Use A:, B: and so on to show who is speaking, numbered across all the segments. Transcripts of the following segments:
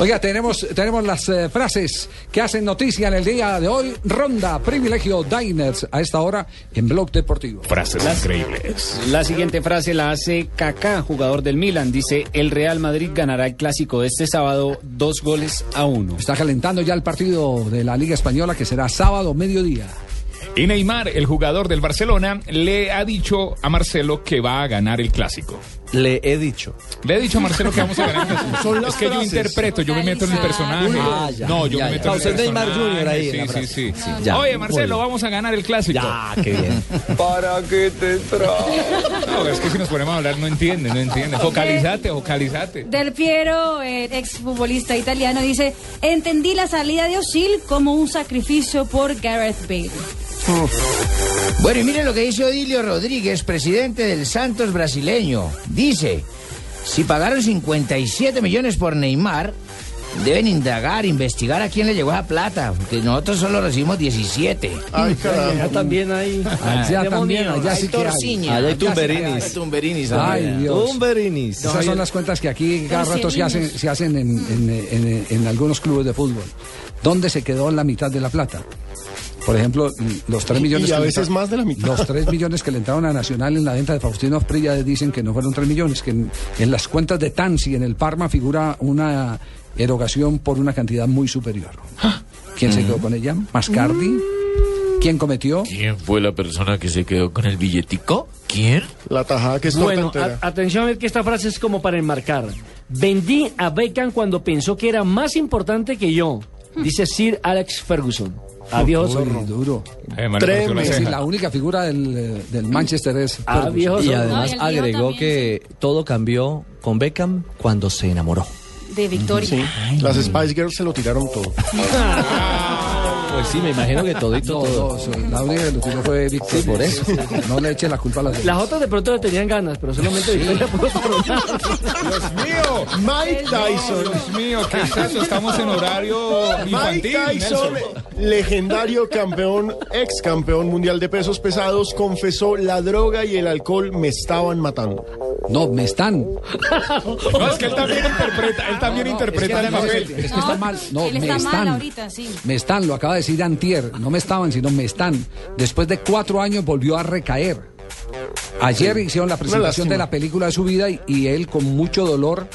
A: Oiga, tenemos, tenemos las eh, frases que hacen noticia en el día de hoy. Ronda, privilegio, diners a esta hora en Blog Deportivo.
B: Frases increíbles.
C: La siguiente frase la hace Kaká, jugador del Milan. Dice, el Real Madrid ganará el clásico de este sábado dos goles a uno.
A: Está calentando ya el partido de la Liga Española que será sábado mediodía.
B: Y Neymar, el jugador del Barcelona, le ha dicho a Marcelo que va a ganar el clásico.
D: Le he dicho.
B: Le he dicho a Marcelo que vamos a ganar el clásico.
D: Son
B: es
D: las
B: que yo
D: frases.
B: interpreto, yo me meto en el personaje.
D: Ah, ya,
B: no, yo
D: ya,
B: me
D: ya.
B: meto en el
D: Usted es
B: personaje.
D: Neymar Junior ahí en la
B: Sí,
D: frase.
B: sí, sí.
D: Ya.
B: Oye, Marcelo, vamos a ganar el clásico.
D: Ya, Ah, qué bien.
E: ¿Para qué te trajo?
B: No, es que si nos ponemos a hablar no entiende, no entiende. Focalizate, focalizate.
F: Del Piero, el exfutbolista italiano, dice, entendí la salida de Osil como un sacrificio por Gareth Bale.
G: Bueno, y miren lo que dice Odilio Rodríguez, presidente del Santos brasileño. Dice, si pagaron 57 millones por Neymar, deben indagar, investigar a quién le llegó esa plata, porque nosotros solo recibimos 17.
D: Ay, Ya también ahí.
A: Allá también, allá
G: Ah. Hay
A: sí que hay.
G: Torciña.
D: Allá
A: Allá
D: hay
A: sí que
D: tumberinis.
G: Ay, Tumberinis.
A: Ay,
G: hombre.
A: Dios.
D: Tumberinis.
A: Esas son las cuentas que aquí cada rato se hacen, se hacen en, en- en- en algunos clubes de fútbol. ¿Dónde se quedó la mitad de la plata? Por ejemplo, los 3 millones...
H: y a
A: que le
H: veces
A: entra-
H: más de la mitad.
A: Los 3 millones que le entraron a Nacional en la venta de Faustino Prilla dicen que no fueron 3 millones, que en, en las cuentas de Tansi en el Parma figura una erogación por una cantidad muy superior.
I: Ah.
A: ¿Quién se
I: Mm.
A: quedó con ella? ¿Mascardi? ¿Quién cometió?
J: ¿Quién fue la persona que se quedó con el billetico? ¿Quién?
H: La tajada que es
I: Bueno,
H: torta entera.
I: a- atención, es que esta frase es como para enmarcar. Vendí a Beckham cuando pensó que era más importante que yo, dice Sir Alex Ferguson. Adiós,
A: Uy,
I: zorro.
A: duro.
B: Eh, Mario, pero tú la
H: Tremendo.
A: Es
B: ceja.
A: decir, la única figura del, eh, del Manchester es...
I: Ah,
A: Ferguson.
I: viejo
D: Y
I: zorro.
D: además
F: No, y el viejo
D: agregó
F: también,
D: que todo cambió con Beckham cuando se enamoró.
F: De victoria.
H: Sí. Las Spice Girls se lo tiraron todo.
D: Pues sí, me imagino que todito,
A: Ah, No, no, sí, la única que lo tiró fue Víctor.
D: Sí, por eso.
A: No le eche la culpa a las demás.
I: Las otras de pronto le tenían ganas, pero solamente Victoria pudo probar.
B: Dios mío.
H: Mike Tyson.
B: Dios mío, ¿qué es eso? Estamos en horario
H: Mike
B: infantil.
H: Tyson,
B: Nelson.
H: legendario campeón, ex campeón mundial de pesos pesados, confesó la droga y el alcohol me estaban matando.
A: No, me están.
B: No, es que él también interpreta, él también interpreta el papel.
A: Es que está mal. No,
F: Ah, él
A: me
F: está
A: están.
F: mal ahorita, sí.
A: Me están, lo acaba de decir Antier. No me estaban, sino me están. Después de cuatro años volvió a recaer. Ayer hicieron la presentación
H: lástima.
A: de la película de su vida y, y él con mucho dolor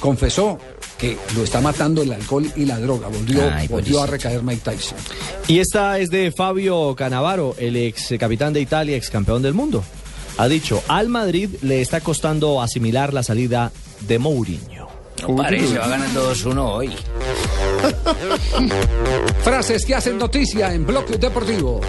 A: confesó que lo está matando el alcohol y la droga. Volvió,
D: Ay,
A: volvió a
D: pobrecito.
A: recaer Mike Tyson.
D: Y esta es de Fabio Canavaro, el ex capitán de Italia, ex campeón del mundo. Ha dicho, al Madrid le está costando asimilar la salida de Mourinho.
G: No parece, va ganando 2-1 hoy.
A: Frases que hacen noticia en Blog Deportivo.